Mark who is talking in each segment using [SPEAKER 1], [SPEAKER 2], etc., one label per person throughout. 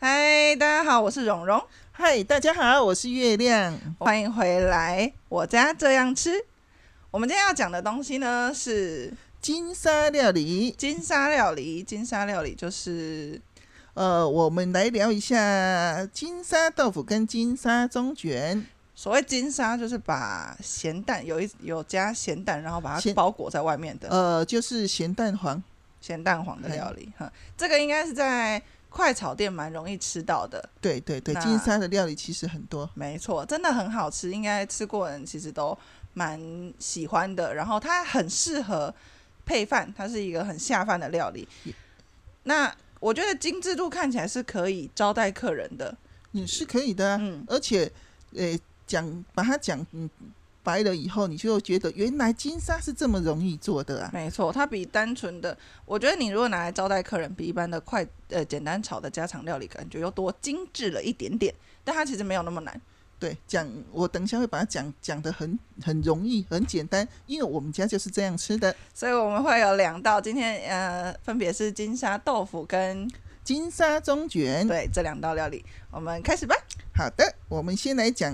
[SPEAKER 1] 嗨，大家好，我是蓉蓉，
[SPEAKER 2] 嗨，大家好，我是月亮。
[SPEAKER 1] 欢迎回来。我家这样吃，我们今天要讲的东西呢是
[SPEAKER 2] 金沙料理，
[SPEAKER 1] 金沙料理。金沙料理就是
[SPEAKER 2] 呃，我们来聊一下金沙豆腐跟金沙中卷。
[SPEAKER 1] 所谓金沙，就是把咸蛋有一有加咸蛋，然后把它
[SPEAKER 2] 咸
[SPEAKER 1] 包裹在外面的
[SPEAKER 2] 呃，就是咸蛋黄，
[SPEAKER 1] 咸蛋黄的料理。
[SPEAKER 2] 嗯
[SPEAKER 1] 哈，这个应该是在快炒店蛮容易吃到的，
[SPEAKER 2] 对对对，
[SPEAKER 1] 那
[SPEAKER 2] 金沙的料理其实很多。
[SPEAKER 1] 没错，真的很好吃，应该吃过的人其实都蛮喜欢的。然后它很适合配饭，它是一个很下饭的料理。那我觉得精致度看起来是可以招待客人的。
[SPEAKER 2] 你是可以的啊、
[SPEAKER 1] 嗯，
[SPEAKER 2] 而且，呃，讲把它讲嗯白了以后，你就会觉得原来金沙是这么容易做的啊。
[SPEAKER 1] 没错，它比单纯的，我觉得你如果拿来招待客人，比一般的快呃简单炒的家常料理感觉又多精致了一点点，但它其实没有那么难。
[SPEAKER 2] 对，讲我等一下会把它讲讲的很很容易，很简单，因为我们家就是这样吃的。
[SPEAKER 1] 所以我们会有两道，今天呃分别是金沙豆腐跟
[SPEAKER 2] 金沙中卷，
[SPEAKER 1] 对这两道料理，我们开始吧。
[SPEAKER 2] 好的，我们先来讲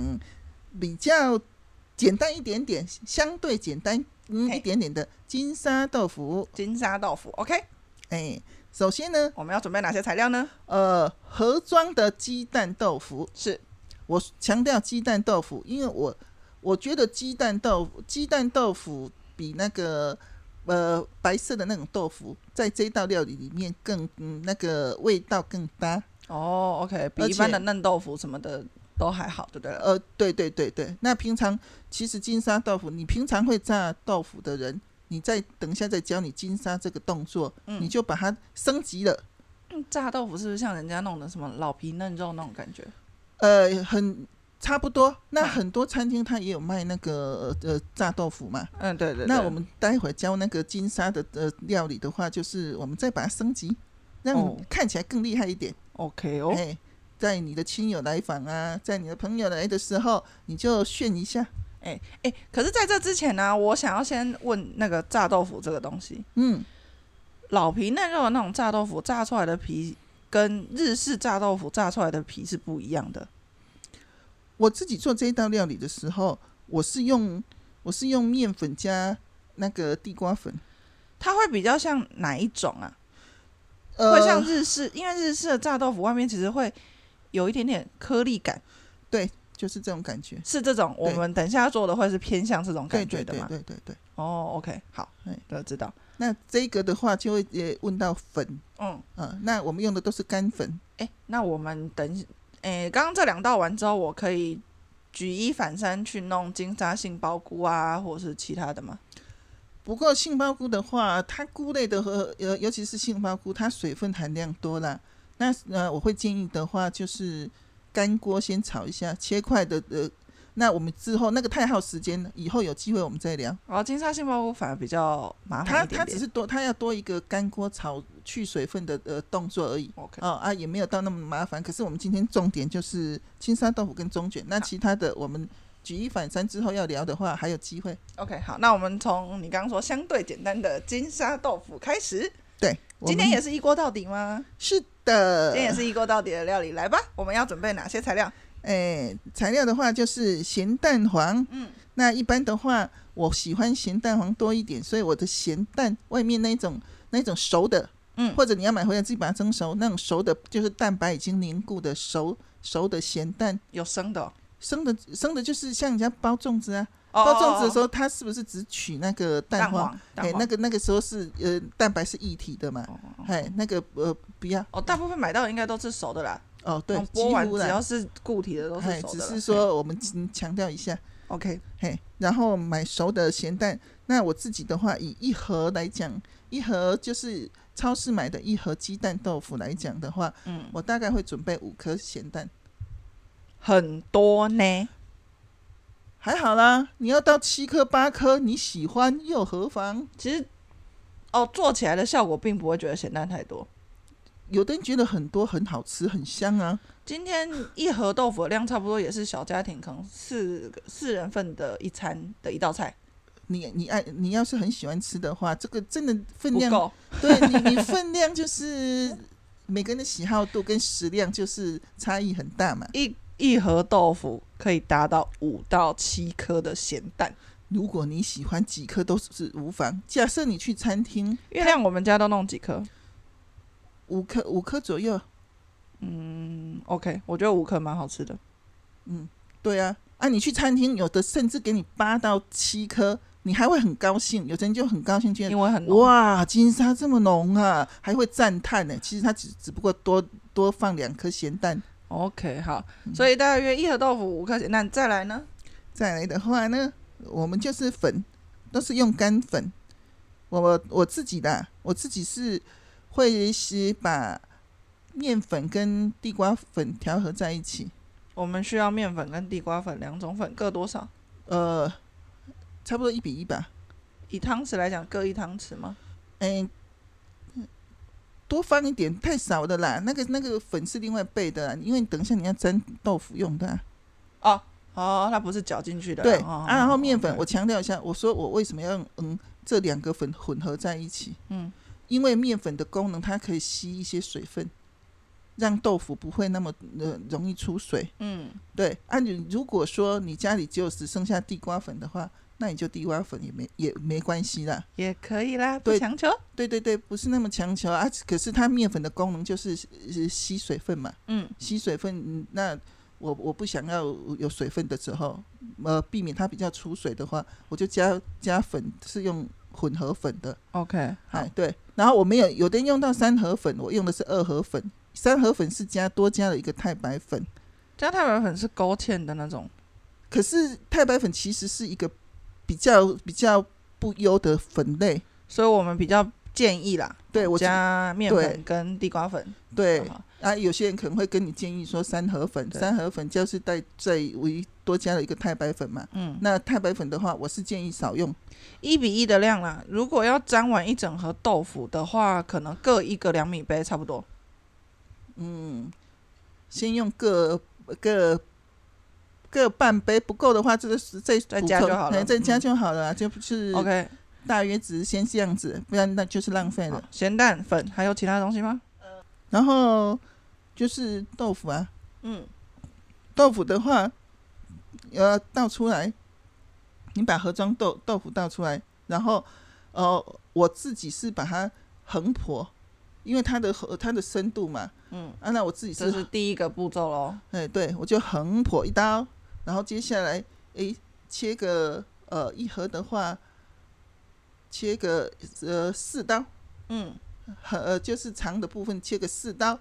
[SPEAKER 2] 比较简单一点点，相对简单嗯
[SPEAKER 1] 嘿
[SPEAKER 2] 一点点的金沙豆腐。
[SPEAKER 1] 金沙豆腐，OK，
[SPEAKER 2] 哎，首先呢，
[SPEAKER 1] 我们要准备哪些材料呢？
[SPEAKER 2] 呃，盒装的鸡蛋豆腐，
[SPEAKER 1] 是
[SPEAKER 2] 我强调鸡蛋豆腐，因为我我觉得鸡蛋豆腐鸡蛋豆腐比那个呃白色的那种豆腐，在这道料理里面更嗯那个味道更搭。
[SPEAKER 1] 哦，OK，比
[SPEAKER 2] 而
[SPEAKER 1] 一般
[SPEAKER 2] 且
[SPEAKER 1] 的嫩豆腐什么的都还好，对不对了？
[SPEAKER 2] 呃，对对对对，那平常其实金沙豆腐，你平常会炸豆腐的人，你再等一下再教你金沙这个动作，
[SPEAKER 1] 嗯
[SPEAKER 2] 你就把它升级了。
[SPEAKER 1] 嗯炸豆腐是不是像人家弄的什么老皮嫩肉那种感觉？
[SPEAKER 2] 呃，很差不多。那
[SPEAKER 1] 嗯
[SPEAKER 2] 很多餐厅它也有卖那个呃呃炸豆腐嘛。
[SPEAKER 1] 嗯，对对
[SPEAKER 2] 那我们待会儿教那个金沙的呃料理的话，就是我们再把它升级，让
[SPEAKER 1] 哦
[SPEAKER 2] 你看起来更厉害一点。
[SPEAKER 1] OK
[SPEAKER 2] 哎、
[SPEAKER 1] 哦，
[SPEAKER 2] 在你的亲友来访啊，在你的朋友来的时候，你就炫一下。
[SPEAKER 1] 哎，可是在这之前呢、我想要先问那个炸豆腐这个东西，
[SPEAKER 2] 嗯，
[SPEAKER 1] 老皮嫩肉的那种炸豆腐炸出来的皮。跟日式炸豆腐炸出来的皮是不一样的，
[SPEAKER 2] 我自己做这一道料理的时候，我是用我是用面粉加那个地瓜粉，
[SPEAKER 1] 它会比较像哪一种啊？
[SPEAKER 2] 呃，
[SPEAKER 1] 会像日式，因为日式的炸豆腐外面其实会有一点点颗粒感，
[SPEAKER 2] 就是这种感觉。
[SPEAKER 1] 是这种，我们等一下做的会是偏向这种
[SPEAKER 2] 对
[SPEAKER 1] 感觉
[SPEAKER 2] 对
[SPEAKER 1] 的
[SPEAKER 2] 对
[SPEAKER 1] 嘛？
[SPEAKER 2] 对对对。
[SPEAKER 1] 哦，OK，好
[SPEAKER 2] 哎，
[SPEAKER 1] 都知道。
[SPEAKER 2] 那这个的话，就会也问到粉
[SPEAKER 1] 嗯，
[SPEAKER 2] 啊、那我们用的都是干粉。
[SPEAKER 1] 哎，那我们等一，哎，刚刚这两道完之后，我可以举一反三去弄金沙杏鲍菇啊，或者是其他的吗？
[SPEAKER 2] 不过杏鲍菇的话，它菇类的和呃，尤其是杏鲍菇，它水分含量多啦。那呃，我会建议的话，就是干锅先炒一下，切块的呃，那我们之后那个太耗时间了，以后有机会我们再聊。
[SPEAKER 1] 然后哦金沙杏鲍菇反而比较麻
[SPEAKER 2] 它
[SPEAKER 1] 烦一
[SPEAKER 2] 它
[SPEAKER 1] 点
[SPEAKER 2] 只
[SPEAKER 1] 点。
[SPEAKER 2] 是多，它要多一个干锅炒去水分的呃动作而已。
[SPEAKER 1] OK，
[SPEAKER 2] 哦啊，也没有到那么麻烦。可是我们今天重点就是青沙豆腐跟中卷，那其他的我们举一反三之后要聊的话，还有机会。
[SPEAKER 1] OK，好，那我们从你刚刚说相对简单的金沙豆腐开始。
[SPEAKER 2] 对，我
[SPEAKER 1] 今
[SPEAKER 2] 们
[SPEAKER 1] 天也是一锅到底吗？
[SPEAKER 2] 是的，
[SPEAKER 1] 今天也是一锅到底的料理，来吧，我们要准备哪些材料？
[SPEAKER 2] 哎，材料的话就是咸蛋黄。
[SPEAKER 1] 嗯，
[SPEAKER 2] 那一般的话，我喜欢咸蛋黄多一点，所以我的咸蛋外面那种那种熟的，
[SPEAKER 1] 嗯
[SPEAKER 2] 或者你要买回来自己把它蒸熟，那种熟的，就是蛋白已经凝固的熟熟的咸蛋。
[SPEAKER 1] 有生的哦，
[SPEAKER 2] 生的生的就是像人家包粽子啊，
[SPEAKER 1] 哦
[SPEAKER 2] 包粽子的时
[SPEAKER 1] 候
[SPEAKER 2] 候，它是不是只取那个蛋
[SPEAKER 1] 蛋
[SPEAKER 2] 黄？
[SPEAKER 1] 黄，
[SPEAKER 2] 哎、
[SPEAKER 1] 蛋黄
[SPEAKER 2] 那个那个时候是呃蛋白是一体的嘛？
[SPEAKER 1] 哦哦
[SPEAKER 2] 哎、那个呃不要
[SPEAKER 1] 哦，大部分买到的应该都是熟的啦，
[SPEAKER 2] 哦，对
[SPEAKER 1] 那，种
[SPEAKER 2] 几
[SPEAKER 1] 剥完
[SPEAKER 2] 乎
[SPEAKER 1] 只要
[SPEAKER 2] 啦，
[SPEAKER 1] 是固体的都是
[SPEAKER 2] 哎，
[SPEAKER 1] 熟的
[SPEAKER 2] 只
[SPEAKER 1] 啦。
[SPEAKER 2] 是说我们嗯强调一下。
[SPEAKER 1] 嘿 OK，
[SPEAKER 2] 嘿，然后买熟的咸蛋。那我自己的话，以一盒来讲，一盒就是超市买的一盒鸡蛋豆腐来讲的话，
[SPEAKER 1] 嗯，
[SPEAKER 2] 我大概会准备五颗咸蛋，
[SPEAKER 1] 很多呢。
[SPEAKER 2] 还好啦。你要到七颗、八颗，你喜欢又何妨？
[SPEAKER 1] 其实哦，做起来的效果并不会觉得咸蛋太多。
[SPEAKER 2] 有的人觉得很多很好吃，很香啊。
[SPEAKER 1] 今天一盒豆腐的量差不多也是小家庭可能四个四人份的一餐的一道菜，
[SPEAKER 2] 你你爱你要是很喜欢吃的话，这个真的分
[SPEAKER 1] 不
[SPEAKER 2] 量，
[SPEAKER 1] 够。
[SPEAKER 2] 对你你分量就是 每个人的喜好度跟食量就是差异很大嘛。
[SPEAKER 1] 一一盒豆腐可以达到五到七颗的咸蛋，
[SPEAKER 2] 如果你喜欢几颗都是无妨。假设你去餐厅，
[SPEAKER 1] 月亮我们家都弄几颗？
[SPEAKER 2] 五颗五颗左右，
[SPEAKER 1] 嗯，OK，我觉得五颗蛮好吃的。
[SPEAKER 2] 嗯，对啊，啊，你去餐厅有的甚至给你八到七颗，你还会很高兴，有的人就很高兴，觉得
[SPEAKER 1] 因为很浓
[SPEAKER 2] 哇，金沙这么浓啊，还会赞叹呢。其实它只只不过多多放两颗咸蛋。
[SPEAKER 1] OK，好，
[SPEAKER 2] 嗯
[SPEAKER 1] 所以大约一盒豆腐五颗咸蛋，再来呢？
[SPEAKER 2] 再来的话呢，我们就是粉，都是用干粉。我我自己的，我自己是会是把面粉跟地瓜粉调和在一起，
[SPEAKER 1] 我们需要面粉跟地瓜粉两种粉，各多少？
[SPEAKER 2] 呃，差不多一比一吧。
[SPEAKER 1] 以汤匙来讲，各一汤匙吗？
[SPEAKER 2] 哎，多放一点，太少的啦。那个那个粉是另外备的啦，因为等一下你要沾豆腐用的、啊。
[SPEAKER 1] 哦哦，它不是搅进去的啦。
[SPEAKER 2] 对、
[SPEAKER 1] 哦、
[SPEAKER 2] 啊，然后面粉，
[SPEAKER 1] 哦
[SPEAKER 2] 我强调一下，我说我为什么要用嗯这两个粉混合在一起？
[SPEAKER 1] 嗯，
[SPEAKER 2] 因为面粉的功能，它可以吸一些水分，让豆腐不会那么呃容易出水。
[SPEAKER 1] 嗯，
[SPEAKER 2] 对，啊，你如果说你家里就只剩下地瓜粉的话，那你就地瓜粉也没也没关系啦。
[SPEAKER 1] 也可以啦，不
[SPEAKER 2] 对
[SPEAKER 1] 强求。
[SPEAKER 2] 对对对，不是那么强求啊。可是它面粉的功能就是呃吸水分嘛，
[SPEAKER 1] 嗯，
[SPEAKER 2] 吸水分。嗯那我我不想要有水分的时候，呃，避免它比较出水的话，我就加加粉，是用混合粉的。
[SPEAKER 1] OK，好
[SPEAKER 2] 哎，，对。然后我没有，有的人用到三合粉，我用的是二合粉。三合粉是加多加了一个太白粉，
[SPEAKER 1] 加太白粉是勾芡的那种，
[SPEAKER 2] 可是太白粉其实是一个比较比较不优的粉类。
[SPEAKER 1] 所以我们比较建议啦，
[SPEAKER 2] 对我
[SPEAKER 1] 加面
[SPEAKER 2] 对
[SPEAKER 1] 粉跟地瓜粉。
[SPEAKER 2] 对，
[SPEAKER 1] 好
[SPEAKER 2] 啊，有些人可能会跟你建议说三合粉，
[SPEAKER 1] 对
[SPEAKER 2] 三合粉就是再再为多加了一个太白粉嘛。
[SPEAKER 1] 嗯，
[SPEAKER 2] 那太白粉的话，我是建议少用。
[SPEAKER 1] 一比一的量啦。如果要沾完一整盒豆腐的话，可能各一个两米杯差不多。
[SPEAKER 2] 嗯，先用各各各半杯，不够的话，这个是再
[SPEAKER 1] 再
[SPEAKER 2] 补
[SPEAKER 1] 加
[SPEAKER 2] 充
[SPEAKER 1] 就好了
[SPEAKER 2] 哎再加
[SPEAKER 1] 嗯
[SPEAKER 2] 就好了啊，就是。
[SPEAKER 1] OK，
[SPEAKER 2] 大约只是先这样子，不然那就是浪费
[SPEAKER 1] 好
[SPEAKER 2] 了。
[SPEAKER 1] 哎咸蛋粉还有其他东西吗？
[SPEAKER 2] 然后就是豆腐啊，
[SPEAKER 1] 嗯，
[SPEAKER 2] 豆腐的话，呃，倒出来，你把盒装豆豆腐倒出来，然后呃，我自己是把它横剖，因为它的和它的深度嘛，
[SPEAKER 1] 嗯，
[SPEAKER 2] 啊，那我自己
[SPEAKER 1] 这
[SPEAKER 2] 是
[SPEAKER 1] 是第一个步骤喽。
[SPEAKER 2] 哎，对，我就横剖一刀，然后接下来，哎，切个呃一盒的话，切个呃四刀，
[SPEAKER 1] 嗯，
[SPEAKER 2] 呃就是长的部分切个四刀，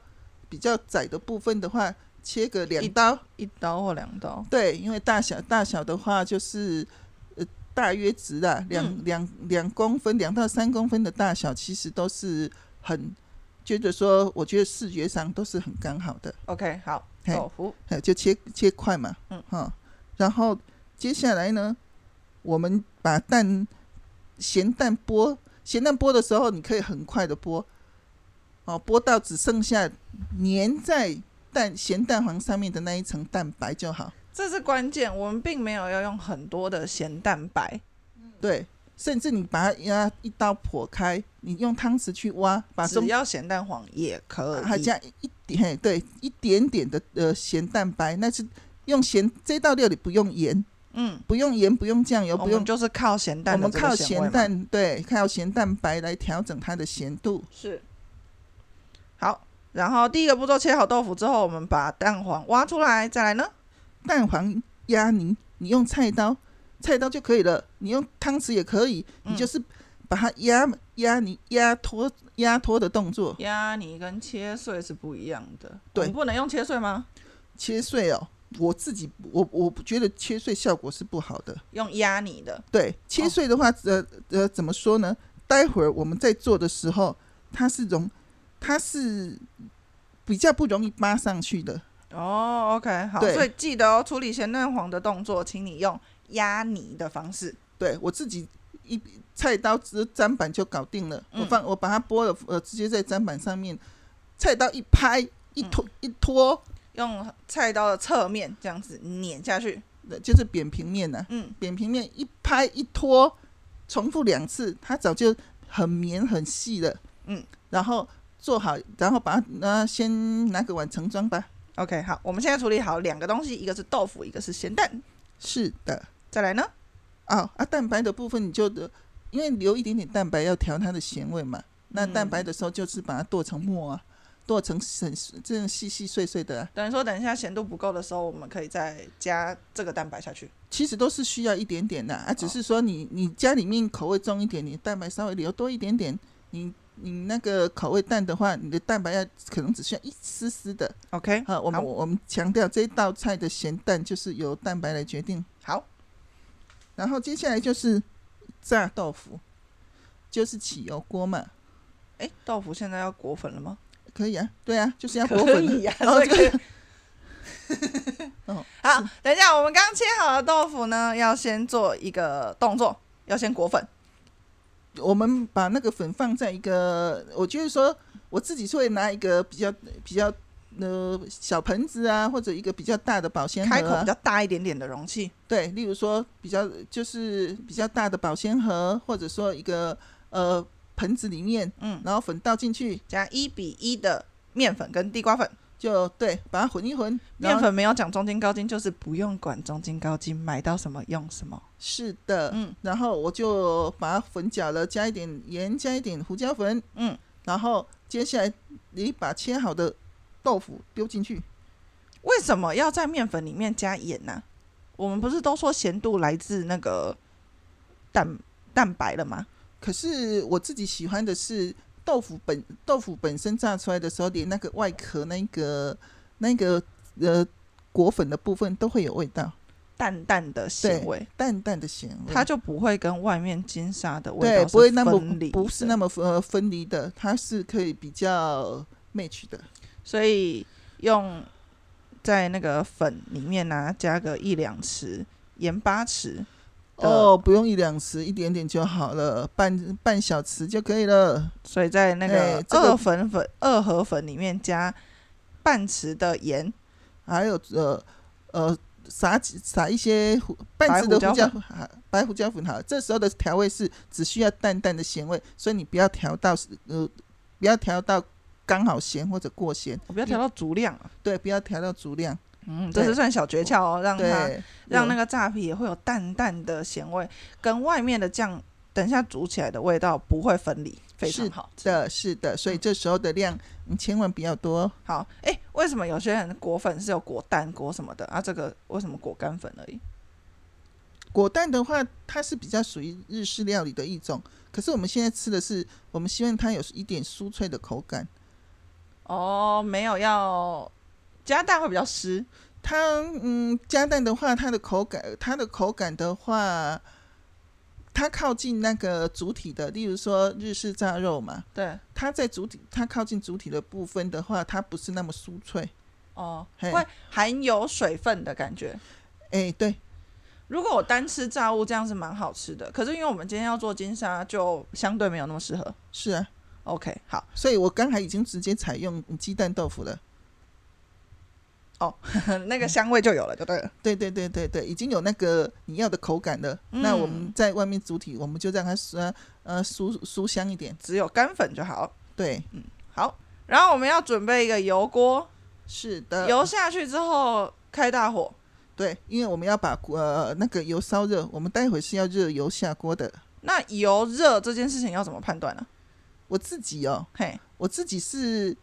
[SPEAKER 2] 比较窄的部分的话切个两刀。
[SPEAKER 1] 一刀或两刀。
[SPEAKER 2] 对，因为大小大小的话就是呃大约值啦，两两两公分，两到三公分的大小，其实都是很觉得说，我觉得视觉上都是很刚好的。
[SPEAKER 1] OK，好，
[SPEAKER 2] 嘿
[SPEAKER 1] 豆腐。
[SPEAKER 2] 哎，就切切块嘛，
[SPEAKER 1] 嗯
[SPEAKER 2] 哈，然后接下来呢，我们把蛋咸蛋剥，咸蛋剥的时候，你可以很快的剥，哦，剥到只剩下粘在蛋咸蛋黄上面的那一层蛋白就好，
[SPEAKER 1] 这是关键，我们并没有要用很多的咸蛋白，
[SPEAKER 2] 对，甚至你把它呀一刀剖开，你用汤匙去挖，把中呃
[SPEAKER 1] 只要咸蛋黄也可以。
[SPEAKER 2] 还加一点，嘿对，一点点的呃咸蛋白，那是用咸这道料理不用盐，
[SPEAKER 1] 嗯，
[SPEAKER 2] 不用盐，不用酱油，
[SPEAKER 1] 哦我
[SPEAKER 2] 不
[SPEAKER 1] 们
[SPEAKER 2] 用
[SPEAKER 1] 就是靠咸蛋的
[SPEAKER 2] 我们
[SPEAKER 1] 这个
[SPEAKER 2] 靠
[SPEAKER 1] 味
[SPEAKER 2] 咸
[SPEAKER 1] 嘛
[SPEAKER 2] 蛋，对，靠咸蛋白来调整它的咸度。
[SPEAKER 1] 是。好，然后第一个步骤切好豆腐之后，我们把蛋黄挖出来，再来呢？
[SPEAKER 2] 蛋黄压泥，你用菜刀，菜刀就可以了，你用汤匙也可以，
[SPEAKER 1] 嗯
[SPEAKER 2] 你就是把它压压泥、压脱、压脱的动作，
[SPEAKER 1] 压泥跟切碎是不一样的，
[SPEAKER 2] 对
[SPEAKER 1] 我们不能用切碎吗？
[SPEAKER 2] 切碎哦。我自己我我不觉得切碎效果是不好的，
[SPEAKER 1] 用压泥的，
[SPEAKER 2] 对，切碎的话，呃呃，怎么说呢？待会儿我们在做的时候，它是容，它是比较不容易扒上去的，
[SPEAKER 1] 哦，OK，好，
[SPEAKER 2] 对
[SPEAKER 1] 所以记得哦，处理咸蛋黄的动作，请你用压泥的方式。
[SPEAKER 2] 对我自己一菜刀直砧板就搞定了，
[SPEAKER 1] 嗯
[SPEAKER 2] 我放我把它剥了，呃，直接在砧板上面，菜刀一拍一拖、一拖，
[SPEAKER 1] 用菜刀的侧面这样子碾下去，
[SPEAKER 2] 呃就是扁平面呐、
[SPEAKER 1] 嗯，
[SPEAKER 2] 扁平面一拍一拖，重复两次，它早就很绵很细了，
[SPEAKER 1] 嗯，
[SPEAKER 2] 然后做好，然后把它那先拿个碗盛装吧。
[SPEAKER 1] OK，好，我们现在处理好两个东西，一个是豆腐，一个是咸蛋。
[SPEAKER 2] 是的，
[SPEAKER 1] 再来呢？
[SPEAKER 2] 哦啊，蛋白的部分你就呃因为留一点点蛋白要调它的咸味嘛。那蛋白的时候就是把它剁成末啊，剁成很这样细细碎碎的啊、
[SPEAKER 1] 等于说，等一下咸度不够的时候，我们可以再加这个蛋白下去。
[SPEAKER 2] 其实都是需要一点点的啊，只是说你你家里面口味重一点，你蛋白稍微留多一点点，你你那个口味淡的话，你的蛋白要可能只需要一丝丝的。
[SPEAKER 1] OK，
[SPEAKER 2] 好，我们我们强调这道菜的咸淡就是由蛋白来决定。
[SPEAKER 1] 好，
[SPEAKER 2] 然后接下来就是炸豆腐，就是起油锅嘛，
[SPEAKER 1] 哎、豆腐现在要裹粉了吗？
[SPEAKER 2] 可以啊，对啊，就是要裹
[SPEAKER 1] 可
[SPEAKER 2] 粉的。
[SPEAKER 1] 以 呀、
[SPEAKER 2] 然后
[SPEAKER 1] 所以
[SPEAKER 2] 这
[SPEAKER 1] 可以
[SPEAKER 2] 个。 哦
[SPEAKER 1] 好，等一下，我们刚切好的豆腐呢，要先做一个动作，要先裹粉。
[SPEAKER 2] 我们把那个粉放在一个，我就是说我自己是会拿一个比较比较呃小盆子啊，或者一个比较大的保鲜盒、啊，
[SPEAKER 1] 开口比较大一点点的容器。
[SPEAKER 2] 对，例如说比较就是比较大的保鲜盒，或者说一个呃盆子里面，
[SPEAKER 1] 嗯，
[SPEAKER 2] 然后粉倒进去，
[SPEAKER 1] 加一比一的面粉跟地瓜粉。
[SPEAKER 2] 就对，把它混一混。然
[SPEAKER 1] 面
[SPEAKER 2] 后
[SPEAKER 1] 粉没有讲中筋高筋，就是不用管中筋高筋，买到什么用什么。
[SPEAKER 2] 是的，
[SPEAKER 1] 嗯
[SPEAKER 2] 然后我就把它粉搅了，加一点盐，加一点胡椒粉，
[SPEAKER 1] 嗯，
[SPEAKER 2] 然后接下来你把切好的豆腐丢进去，
[SPEAKER 1] 为什么要在面粉里面加盐呢、我们不是都说咸度来自那个蛋蛋白了吗？
[SPEAKER 2] 可是我自己喜欢的是豆腐本豆腐本身炸出来的时候，连那个外壳那个那个呃裹粉的部分都会有味道，
[SPEAKER 1] 淡淡的咸味，
[SPEAKER 2] 淡淡的咸味，
[SPEAKER 1] 它就不会跟外面金沙的味道
[SPEAKER 2] 对
[SPEAKER 1] 是
[SPEAKER 2] 不会那么
[SPEAKER 1] 分离的
[SPEAKER 2] 不是那么呃分离的，它是可以比较 match 的。
[SPEAKER 1] 所以用在那个粉里面呢、加个一两匙盐八匙，的
[SPEAKER 2] 哦，不用一两匙，一点点就好了，半半小匙就可以了。
[SPEAKER 1] 所以在那个
[SPEAKER 2] 哎这个
[SPEAKER 1] 二粉粉、二合粉里面加半匙的盐，
[SPEAKER 2] 还有呃呃，撒几撒一些胡半
[SPEAKER 1] 白
[SPEAKER 2] 只
[SPEAKER 1] 胡
[SPEAKER 2] 的
[SPEAKER 1] 椒
[SPEAKER 2] 胡椒粉，啊白胡椒粉好了。这时候的调味是只需要淡淡的咸味，所以你不要调到呃，不要调到刚好咸或者过咸，
[SPEAKER 1] 我不要调到足量啊。
[SPEAKER 2] 对，不要调到足量，
[SPEAKER 1] 嗯，这
[SPEAKER 2] 对
[SPEAKER 1] 是算小诀窍哦，让它
[SPEAKER 2] 对，
[SPEAKER 1] 让那
[SPEAKER 2] 个
[SPEAKER 1] 个炸皮也会有淡淡的咸味，跟外面的酱等一下煮起来的味道不会分离，非常好吃。
[SPEAKER 2] 的是的，所以这时候的量你千万不要多。
[SPEAKER 1] 好，哎、为什么有些人裹粉是有裹蛋、裹什么的啊？这个为什么裹干粉而已？
[SPEAKER 2] 果蛋的话，它是比较属于日式料理的一种，可是我们现在吃的是，我们希望它有一点酥脆的口感。
[SPEAKER 1] 哦，没有要加蛋会比较湿，
[SPEAKER 2] 它嗯，加蛋的话，它的口感，它的口感的话，它靠近那个主体的，例如说日式炸肉嘛，
[SPEAKER 1] 对，
[SPEAKER 2] 它在主体，它靠近主体的部分的话，它不是那么酥脆。
[SPEAKER 1] 哦，
[SPEAKER 2] 嘿
[SPEAKER 1] 会含有水分的感觉。
[SPEAKER 2] 哎，对，
[SPEAKER 1] 如果我单吃炸物，这样是蛮好吃的。可是因为我们今天要做金沙，就相对没有那么适合。
[SPEAKER 2] 是啊，
[SPEAKER 1] OK，好，
[SPEAKER 2] 所以我刚才已经直接采用鸡蛋豆腐了。
[SPEAKER 1] 那个香味就有了，就对了。
[SPEAKER 2] 对对对对对，已经有那个你要的口感了。那我们在外面主体，我们就让它呃呃酥酥香一点。
[SPEAKER 1] 只有干粉就好。
[SPEAKER 2] 对，
[SPEAKER 1] 好，然后我们要准备一个油锅，
[SPEAKER 2] 是的，
[SPEAKER 1] 油下去之后开大火。
[SPEAKER 2] 对，因为我们要把锅呃那个油烧热，我们待会是要热油下锅的。
[SPEAKER 1] 那油热这件事情要怎么判断呢、
[SPEAKER 2] 我自己哦，
[SPEAKER 1] 嘿，
[SPEAKER 2] 我自己是，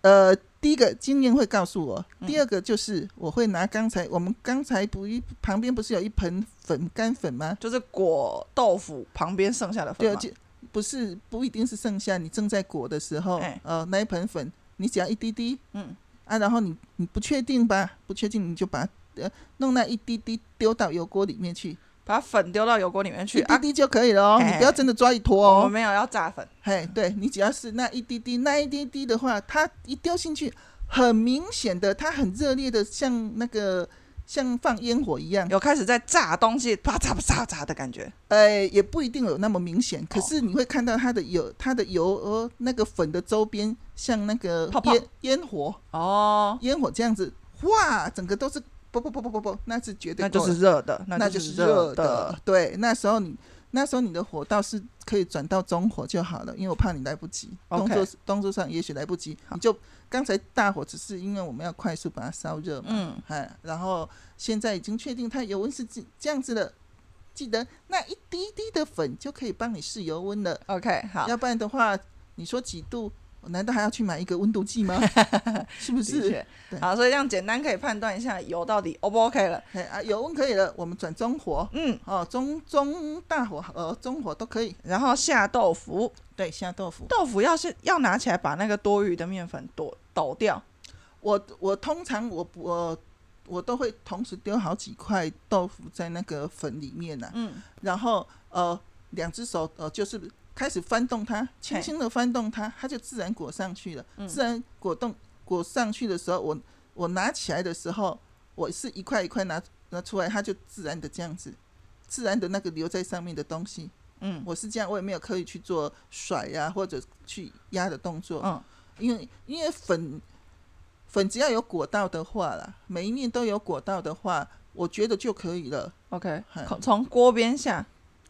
[SPEAKER 2] 呃，第一个经验会告诉我，
[SPEAKER 1] 嗯
[SPEAKER 2] 第二个就是我会拿刚才我们刚才不一旁边不是有一盆粉干粉吗？
[SPEAKER 1] 就是裹豆腐旁边剩下的粉
[SPEAKER 2] 对，
[SPEAKER 1] 嘛。
[SPEAKER 2] 就不是不一定是剩下，你正在裹的时候
[SPEAKER 1] 哎，
[SPEAKER 2] 呃，那一盆粉你只要一滴滴
[SPEAKER 1] 嗯，
[SPEAKER 2] 啊，然后你你不确定吧，不确定你就把呃弄那一滴滴丢到油锅里面去，
[SPEAKER 1] 把粉丢到油锅里面去
[SPEAKER 2] 一滴
[SPEAKER 1] 啊。
[SPEAKER 2] 滴就可以了哦，
[SPEAKER 1] 哎
[SPEAKER 2] 你不要真的抓一坨
[SPEAKER 1] 我
[SPEAKER 2] 哦
[SPEAKER 1] 们。没有要炸粉，
[SPEAKER 2] 嘿，对你只要是那一滴滴，那一滴滴的话，它一丢进去，很明显的，它很热烈的，像那个像放烟火一样。
[SPEAKER 1] 有开始在炸东西，啪嚓啪嚓嚓的感觉。
[SPEAKER 2] 呃，也不一定有那么明显，可是你会看到它的油，它的油呃那个粉的周边像那个
[SPEAKER 1] 泡泡
[SPEAKER 2] 烟烟火，
[SPEAKER 1] 哦，
[SPEAKER 2] 烟火这样子，哇，整个都是啵啵啵啵啵啵啵，那是绝对
[SPEAKER 1] 那就
[SPEAKER 2] 够了
[SPEAKER 1] 是热的，
[SPEAKER 2] 那
[SPEAKER 1] 就是热
[SPEAKER 2] 热。对，那时候你那时候你的火倒是可以转到中火就好了，因为我怕你来不及，动
[SPEAKER 1] OK
[SPEAKER 2] 作动作上也许来不及，
[SPEAKER 1] 好
[SPEAKER 2] 你就刚才大火只是因为我们要快速把它烧热嘛，
[SPEAKER 1] 嗯，
[SPEAKER 2] 哎，然后现在已经确定它油温是这这样子了，记得那一滴滴的粉就可以帮你试油温了，
[SPEAKER 1] OK，好，
[SPEAKER 2] 要不然的话，你说几度，我难道还要去买一个温度 计吗？是不
[SPEAKER 1] 的
[SPEAKER 2] 是？
[SPEAKER 1] 确
[SPEAKER 2] 对
[SPEAKER 1] 好，所以这样简单可以判断一下油到底 O 不 OK 了。
[SPEAKER 2] 哎啊，油温可以了，我们转中火，
[SPEAKER 1] 嗯，
[SPEAKER 2] 哦，中中大火呃中火都可以。
[SPEAKER 1] 然后下豆腐，
[SPEAKER 2] 对，下豆腐。
[SPEAKER 1] 豆腐要是要拿起来把那个多余的面粉抖抖掉。
[SPEAKER 2] 我我通常我不我我都会同时丢好几块豆腐在那个粉里面呐、啊
[SPEAKER 1] 嗯，
[SPEAKER 2] 然后呃两只手呃就是开始翻动它，轻轻的翻动它，它就自然裹上去了。
[SPEAKER 1] 嗯
[SPEAKER 2] 自然裹动裹上去的时候，我我拿起来的时候，我是一块一块拿拿出来，它就自然的这样子，自然的那个留在上面的东西。
[SPEAKER 1] 嗯
[SPEAKER 2] 我是这样，我也没有刻意去做甩呀、或者去压的动作，
[SPEAKER 1] 嗯，
[SPEAKER 2] 因为因为粉粉只要有裹到的话啦，每一面都有裹到的话，我觉得就可以了。
[SPEAKER 1] OK，
[SPEAKER 2] 嗨
[SPEAKER 1] 从从锅边下，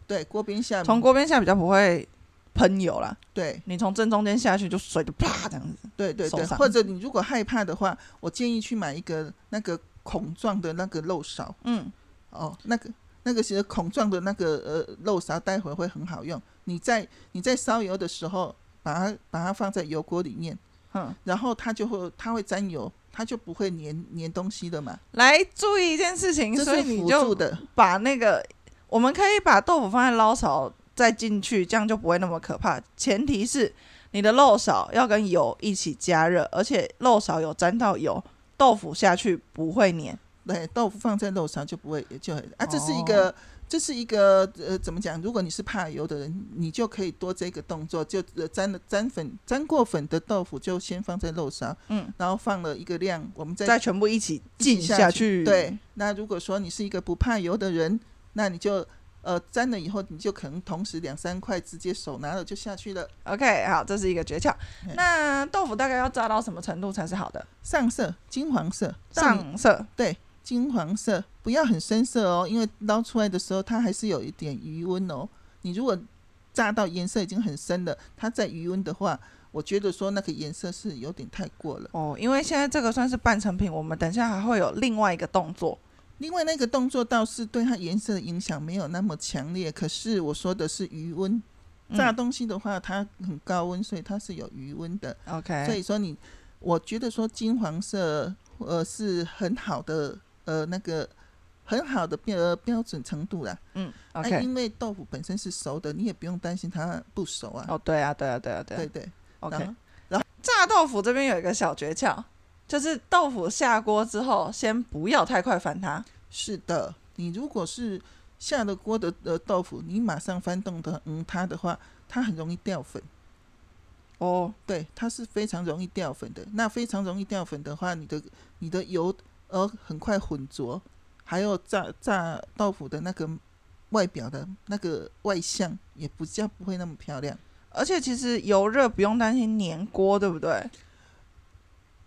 [SPEAKER 2] 对，锅边下面
[SPEAKER 1] 从锅边下比较不会喷油啦。
[SPEAKER 2] 对
[SPEAKER 1] 你从正中间下去，就水就啪这样子。
[SPEAKER 2] 对对对
[SPEAKER 1] 手，上
[SPEAKER 2] 或者你如果害怕的话，我建议去买一个那个孔状的那个漏勺
[SPEAKER 1] 嗯，
[SPEAKER 2] 哦，那个那个其实孔状的那个呃漏勺，待会会很好用。你在你在烧油的时候，把它把它放在油锅里面。
[SPEAKER 1] 嗯，
[SPEAKER 2] 然后它就会它会沾油，它就不会粘粘东西的嘛。
[SPEAKER 1] 来注意一件事情，
[SPEAKER 2] 这
[SPEAKER 1] 所以
[SPEAKER 2] 是
[SPEAKER 1] 你
[SPEAKER 2] 辅
[SPEAKER 1] 就
[SPEAKER 2] 助的，
[SPEAKER 1] 把那个，我们可以把豆腐放在捞勺再进去，这样就不会那么可怕。前提是你的漏勺要跟油一起加热，而且漏勺有沾到油，豆腐下去不会粘。
[SPEAKER 2] 对，哎豆腐放在肉上就不会就很啊，这是一
[SPEAKER 1] 哦
[SPEAKER 2] 个、这是一个呃怎么讲？如果你是怕油的人，你就可以多这个动作，就呃沾了沾粉沾过粉的豆腐就先放在肉上，
[SPEAKER 1] 嗯，
[SPEAKER 2] 然后放了一个量，我们再
[SPEAKER 1] 再全部一起
[SPEAKER 2] 一
[SPEAKER 1] 浸
[SPEAKER 2] 起
[SPEAKER 1] 下
[SPEAKER 2] 去。对，那如果说你是一个不怕油的人，那你就。呃，沾了以后，你就可能同时两三块直接手拿了就下去了，
[SPEAKER 1] ，OK，好，这是一个诀窍
[SPEAKER 2] 嗯。
[SPEAKER 1] 那豆腐大概要炸到什么程度才是好的？
[SPEAKER 2] 上色金黄色，到你
[SPEAKER 1] 上色，
[SPEAKER 2] 金黄色，不要很深色哦，因为捞出来的时候它还是有一点余温哦。你如果炸到颜色已经很深了，它在余温的话，我觉得说那个颜色是有点太过了。
[SPEAKER 1] 哦，因为现在这个算是半成品，我们等一下还会有另外一个动作。
[SPEAKER 2] 另外那个动作倒是对它颜色的影响没有那么强烈，可是我说的是余温。
[SPEAKER 1] 嗯
[SPEAKER 2] 炸东西的话，它很高温，所以它是有余温的。所
[SPEAKER 1] OK，
[SPEAKER 2] 以说你，我觉得说金黄色呃是很好的呃那个很好的标、呃、标准程度啦。
[SPEAKER 1] 嗯
[SPEAKER 2] 那
[SPEAKER 1] ，OK，
[SPEAKER 2] 哎因为豆腐本身是熟的，你也不用担心它不熟啊。
[SPEAKER 1] 哦，对啊，对啊，对啊，对啊
[SPEAKER 2] 对对然
[SPEAKER 1] OK，
[SPEAKER 2] 后
[SPEAKER 1] 炸豆腐这边有一个小诀窍，就是豆腐下锅之后，先不要太快翻它。
[SPEAKER 2] 是的，你如果是下了锅的呃豆腐，你马上翻动的嗯它的话，它很容易掉粉。
[SPEAKER 1] 哦，
[SPEAKER 2] 对，它是非常容易掉粉的。那非常容易掉粉的话，你的你的油呃很快混浊，还有炸炸豆腐的那个外表的那个外相也比较不会那么漂亮。
[SPEAKER 1] 而且其实油热不用担心粘锅，对不对？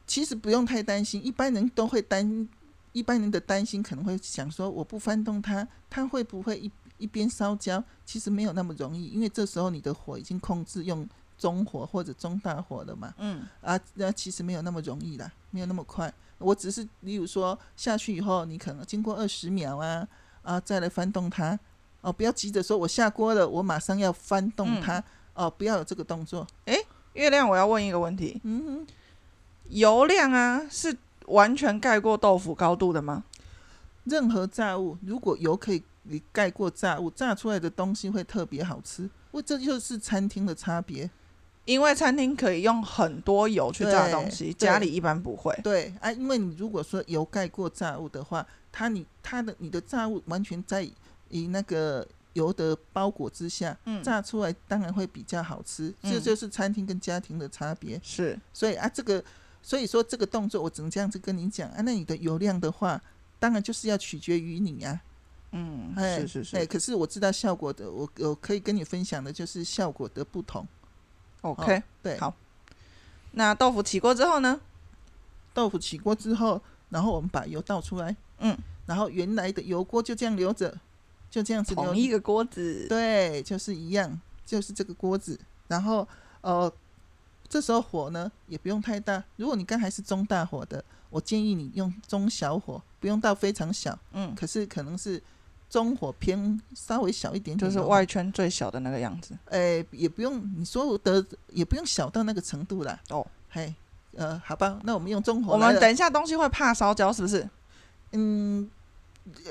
[SPEAKER 2] 其实不用太担心，一般人都会担，一般人的担心可能会想说，我不翻动它，它会不会一一边烧焦？其实没有那么容易，因为这时候你的火已经控制用中火或者中大火了嘛，
[SPEAKER 1] 嗯，
[SPEAKER 2] 啊，那其实没有那么容易啦，没有那么快。我只是，例如说下去以后，你可能经过二十秒啊啊，再来翻动它，哦，不要急着说我下锅了，我马上要翻动它，哦，不要有这个动作，
[SPEAKER 1] 月亮，我要问一个问题：
[SPEAKER 2] 嗯哼。
[SPEAKER 1] 油量啊，是完全盖过豆腐高度的吗？
[SPEAKER 2] 任何炸物，如果油可以你盖过炸物，炸出来的东西会特别好吃。我这就是餐厅的差别。
[SPEAKER 1] 因为餐厅可以用很多油去炸东西，
[SPEAKER 2] 对
[SPEAKER 1] 家里一般不会。
[SPEAKER 2] 对啊，因为你如果说油盖过炸物的话，它你它的你的炸物完全在以那个油的包裹之下，
[SPEAKER 1] 嗯，
[SPEAKER 2] 炸出来当然会比较好吃。
[SPEAKER 1] 嗯
[SPEAKER 2] 这就是餐厅跟家庭的差别。
[SPEAKER 1] 是
[SPEAKER 2] 所以啊，这个所以说这个动作，我只能这样子跟你讲啊。那你的油量的话，当然就是要取决于你啊。
[SPEAKER 1] 嗯，
[SPEAKER 2] 哎，
[SPEAKER 1] 是是
[SPEAKER 2] 哎，
[SPEAKER 1] 是
[SPEAKER 2] 可是我知道效果的，我我可以跟你分享的就是效果的不同。
[SPEAKER 1] ，OK。
[SPEAKER 2] 对，
[SPEAKER 1] 好那豆腐起锅之后呢？
[SPEAKER 2] 豆腐起锅之后，然后我们把油倒出来，
[SPEAKER 1] 嗯，
[SPEAKER 2] 然后原来的油锅就这样留着，就这样子留
[SPEAKER 1] 同一个锅子，
[SPEAKER 2] 对，就是一样，就是这个锅子。然后呃，这时候火呢也不用太大。如果你刚才是中大火的，我建议你用中小火，不用到非常小，
[SPEAKER 1] 嗯，
[SPEAKER 2] 可是可能是中火偏稍微小一点点
[SPEAKER 1] 就
[SPEAKER 2] 的火，
[SPEAKER 1] 是外圈最小的那个样子。
[SPEAKER 2] 哎，也不用你说的，也不用小到那个程度啦。
[SPEAKER 1] 哦，
[SPEAKER 2] 嘿，呃，好吧，那我们用中火
[SPEAKER 1] 我
[SPEAKER 2] 来了。
[SPEAKER 1] 们等一下东西会怕烧焦，是不是？
[SPEAKER 2] 嗯，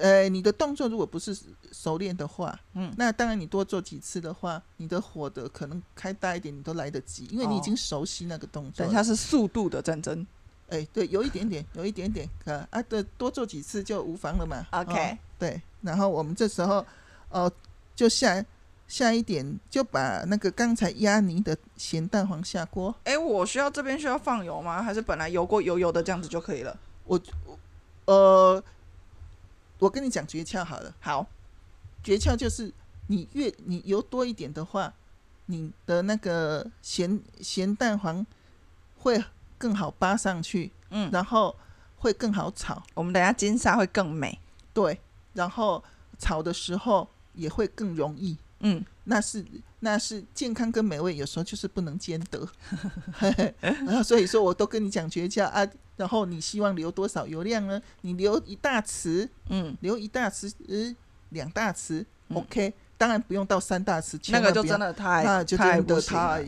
[SPEAKER 2] 呃，你的动作如果不是熟练的话，
[SPEAKER 1] 嗯
[SPEAKER 2] 那当然你多做几次的话，你的火的可能开大一点，你都来得及，因为你已
[SPEAKER 1] 哦
[SPEAKER 2] 经熟悉那个动作。
[SPEAKER 1] 等一下，是速度的战争。
[SPEAKER 2] 哎，对，有一点点，有一点点，啊啊，对，多做几次就无妨了嘛。
[SPEAKER 1] OK
[SPEAKER 2] 哦对，然后我们这时候，哦、就下下一点，就把那个刚才压泥的咸蛋黄下锅。
[SPEAKER 1] 哎、我需要这边需要放油吗？还是本来油过油油的这样子就可以了？
[SPEAKER 2] 呃，我跟你讲诀窍好了。
[SPEAKER 1] 好，
[SPEAKER 2] 诀窍就是你越你油多一点的话，你的那个咸咸蛋黄会更好扒上去，
[SPEAKER 1] 嗯，
[SPEAKER 2] 然后会更好炒，
[SPEAKER 1] 我们等一下金沙会更美。
[SPEAKER 2] 对，然后炒的时候也会更容易。
[SPEAKER 1] 嗯，
[SPEAKER 2] 那是那是健康跟美味，有时候就是不能兼得。嘿嘿然后所以说，我都跟你讲诀窍啊。然后你希望留多少油量呢？你留一大匙，
[SPEAKER 1] 嗯，
[SPEAKER 2] 留一大匙，呃，两大匙、
[SPEAKER 1] 嗯
[SPEAKER 2] o k 当然不用到三大匙，
[SPEAKER 1] 那
[SPEAKER 2] 千
[SPEAKER 1] 个
[SPEAKER 2] 万
[SPEAKER 1] 就
[SPEAKER 2] 不要
[SPEAKER 1] 真的太
[SPEAKER 2] 那就
[SPEAKER 1] 太
[SPEAKER 2] 真
[SPEAKER 1] 不
[SPEAKER 2] 的
[SPEAKER 1] 行了
[SPEAKER 2] 太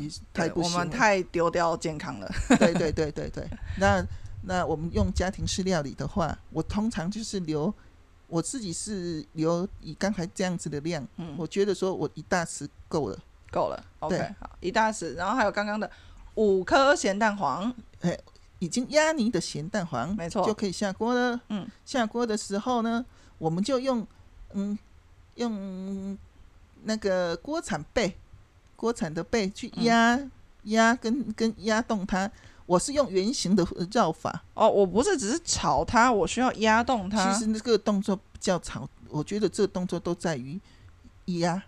[SPEAKER 1] 对
[SPEAKER 2] 太不
[SPEAKER 1] 我
[SPEAKER 2] 行
[SPEAKER 1] 们
[SPEAKER 2] 了
[SPEAKER 1] 太丢掉健康了。
[SPEAKER 2] 对对对对对。那那我们用家庭式料理的话，我通常就是留我自己是留以刚才这样子的量，
[SPEAKER 1] 嗯，
[SPEAKER 2] 我觉得说我一大匙够了。
[SPEAKER 1] 够了。
[SPEAKER 2] 对
[SPEAKER 1] OK，好，一大匙，然后还有刚刚的五颗咸蛋黄，
[SPEAKER 2] 已经压泥的咸蛋黄
[SPEAKER 1] 没错
[SPEAKER 2] 就可以下锅了。
[SPEAKER 1] 嗯，
[SPEAKER 2] 下锅的时候呢，我们就用嗯用那个锅铲背，锅铲的背去
[SPEAKER 1] 嗯
[SPEAKER 2] 压、压跟跟压动它。我是用圆形的绕法，
[SPEAKER 1] 哦，我不是只是炒它，我需要压动它。
[SPEAKER 2] 其实那个动作比较吵，我觉得这个动作都在于压。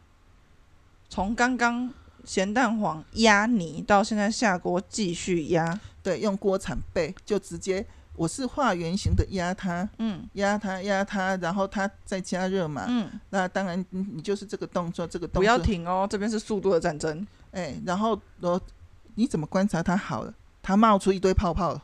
[SPEAKER 1] 从刚刚咸蛋黄压泥到现在下锅继续压，
[SPEAKER 2] 对，用锅铲背就直接，我是画圆形的压它，
[SPEAKER 1] 嗯
[SPEAKER 2] 压它，压它，然后它再加热嘛。
[SPEAKER 1] 嗯，
[SPEAKER 2] 那当然，你你就是这个动作，这个动作
[SPEAKER 1] 不要停哦，这边是速度的战争。
[SPEAKER 2] 哎，然后我你怎么观察它好了？它冒出一堆泡泡了，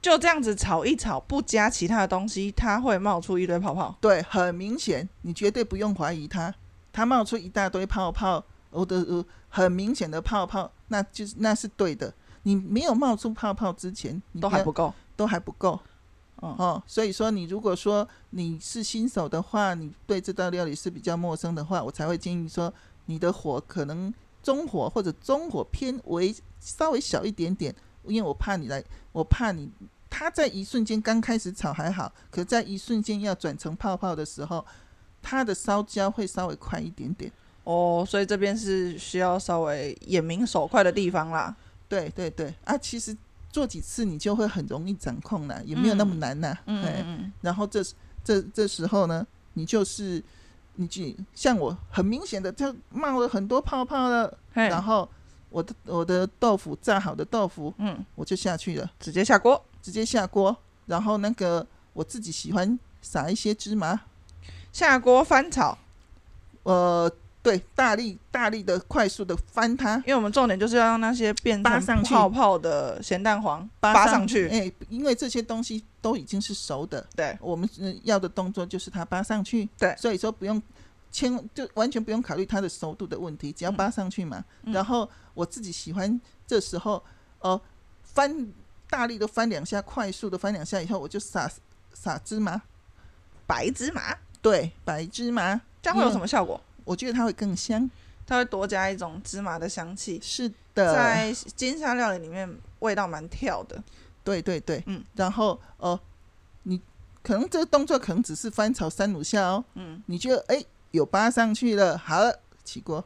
[SPEAKER 1] 就这样子炒一炒，不加其他的东西，它会冒出一堆泡泡。
[SPEAKER 2] 对，很明显，你绝对不用怀疑它，它冒出一大堆泡泡，我的、呃、很明显的泡泡，那就是那是对的。你没有冒出泡泡之前，你
[SPEAKER 1] 都还
[SPEAKER 2] 要
[SPEAKER 1] 不够，
[SPEAKER 2] 都还不够。
[SPEAKER 1] 嗯
[SPEAKER 2] 哦，所以说你如果说你是新手的话，你对这道料理是比较陌生的话，我才会建议说你的火可能中火或者中火偏微稍微小一点点，因为我怕你来，我怕你它在一瞬间刚开始炒还好，可在一瞬间要转成泡泡的时候，它的烧焦会稍微快一点点。
[SPEAKER 1] 哦，所以这边是需要稍微眼明手快的地方啦。
[SPEAKER 2] 对对对，啊，其实做几次你就会很容易掌控了，也没有那么
[SPEAKER 1] 嗯
[SPEAKER 2] 难啦。
[SPEAKER 1] 嗯
[SPEAKER 2] 对
[SPEAKER 1] 嗯嗯，
[SPEAKER 2] 然后这时这这时候呢，你就是你就像我很明显的，它冒了很多泡泡了，
[SPEAKER 1] 嘿，
[SPEAKER 2] 然后我的我的豆腐炸好的豆腐
[SPEAKER 1] 嗯，
[SPEAKER 2] 我就下去了，
[SPEAKER 1] 直接下锅。
[SPEAKER 2] 直接下锅，然后那个我自己喜欢撒一些芝麻，
[SPEAKER 1] 下锅翻炒，
[SPEAKER 2] 呃，对，大力大力的快速的翻它，
[SPEAKER 1] 因为我们重点就是要让那些变
[SPEAKER 2] 扒上
[SPEAKER 1] 成
[SPEAKER 2] 去
[SPEAKER 1] 泡泡的咸蛋黄
[SPEAKER 2] 扒
[SPEAKER 1] 上去。
[SPEAKER 2] 哎，因为这些东西都已经是熟的，
[SPEAKER 1] 对，
[SPEAKER 2] 我们呃要的动作就是它扒上去，
[SPEAKER 1] 对
[SPEAKER 2] 所以说不用千就完全不用考虑它的熟度的问题，只要扒上去嘛。
[SPEAKER 1] 嗯
[SPEAKER 2] 然后我自己喜欢这时候哦、呃翻大力的翻两下，快速的翻两下以后，我就撒撒芝麻，
[SPEAKER 1] 白芝麻，
[SPEAKER 2] 对，白芝麻，
[SPEAKER 1] 这样会有什么效果？
[SPEAKER 2] 我觉得它会更香。
[SPEAKER 1] 它会多加一种芝麻的香气，
[SPEAKER 2] 是的，
[SPEAKER 1] 在金沙料理里面味道蛮跳的。
[SPEAKER 2] 对对对，
[SPEAKER 1] 嗯，
[SPEAKER 2] 然后哦、呃你可能这个动作可能只是翻炒三五下哦，
[SPEAKER 1] 嗯，
[SPEAKER 2] 你觉得哎有扒上去了，好了，起锅。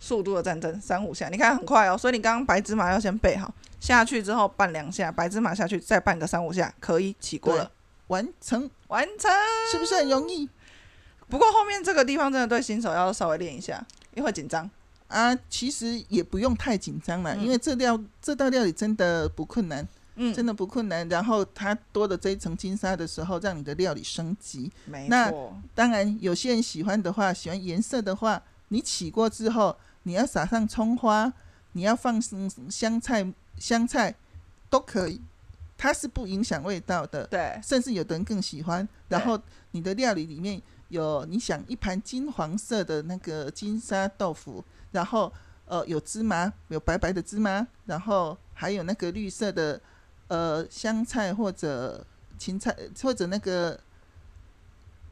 [SPEAKER 1] 速度的战争三五下，你看很快哦。所以你刚刚白芝麻要先备好，下去之后拌两下，白芝麻下去再拌个三五下，可以起锅了，
[SPEAKER 2] 完成，
[SPEAKER 1] 完成。
[SPEAKER 2] 是不是很容易
[SPEAKER 1] 不过后面这个地方真的对新手要稍微练一下，因为会紧张。
[SPEAKER 2] 啊？其实也不用太紧张了，
[SPEAKER 1] 嗯
[SPEAKER 2] 因为这料这道料理真的不困难。
[SPEAKER 1] 嗯，
[SPEAKER 2] 真的不困难。然后它多了这一层金沙的时候，让你的料理升级。
[SPEAKER 1] 没
[SPEAKER 2] 那
[SPEAKER 1] 错，
[SPEAKER 2] 当然，有些人喜欢的话，喜欢颜色的话，你起锅之后，你要撒上葱花，你要放嗯香菜、香菜都可以，它是不影响味道的。
[SPEAKER 1] 对，
[SPEAKER 2] 甚至有的人更喜欢。
[SPEAKER 1] 对
[SPEAKER 2] 然后你的料理里面有你想一盘金黄色的那个金沙豆腐，然后呃有芝麻，有白白的芝麻，然后还有那个绿色的呃香菜或者芹菜或者那个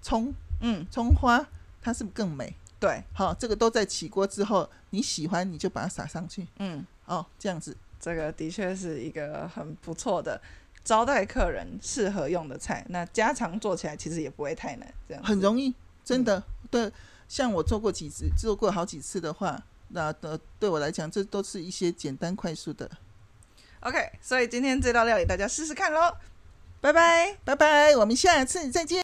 [SPEAKER 2] 葱
[SPEAKER 1] 嗯，
[SPEAKER 2] 葱花，它是不是更美？
[SPEAKER 1] 对，
[SPEAKER 2] 好、这个都在起锅之后，你喜欢你就把它撒上去
[SPEAKER 1] 嗯，
[SPEAKER 2] 哦，这样子。
[SPEAKER 1] 这个的确是一个很不错的招待客人适合用的菜。那家常做起来其实也不会太难，这样
[SPEAKER 2] 很
[SPEAKER 1] 子
[SPEAKER 2] 容易，真的。对，像我做过几次，做过好几次的话，那呃，对我来讲，这都是一些简单快速的。
[SPEAKER 1] OK，所以今天这道料理大家试试看喽，拜拜。
[SPEAKER 2] 拜拜，我们下次再见。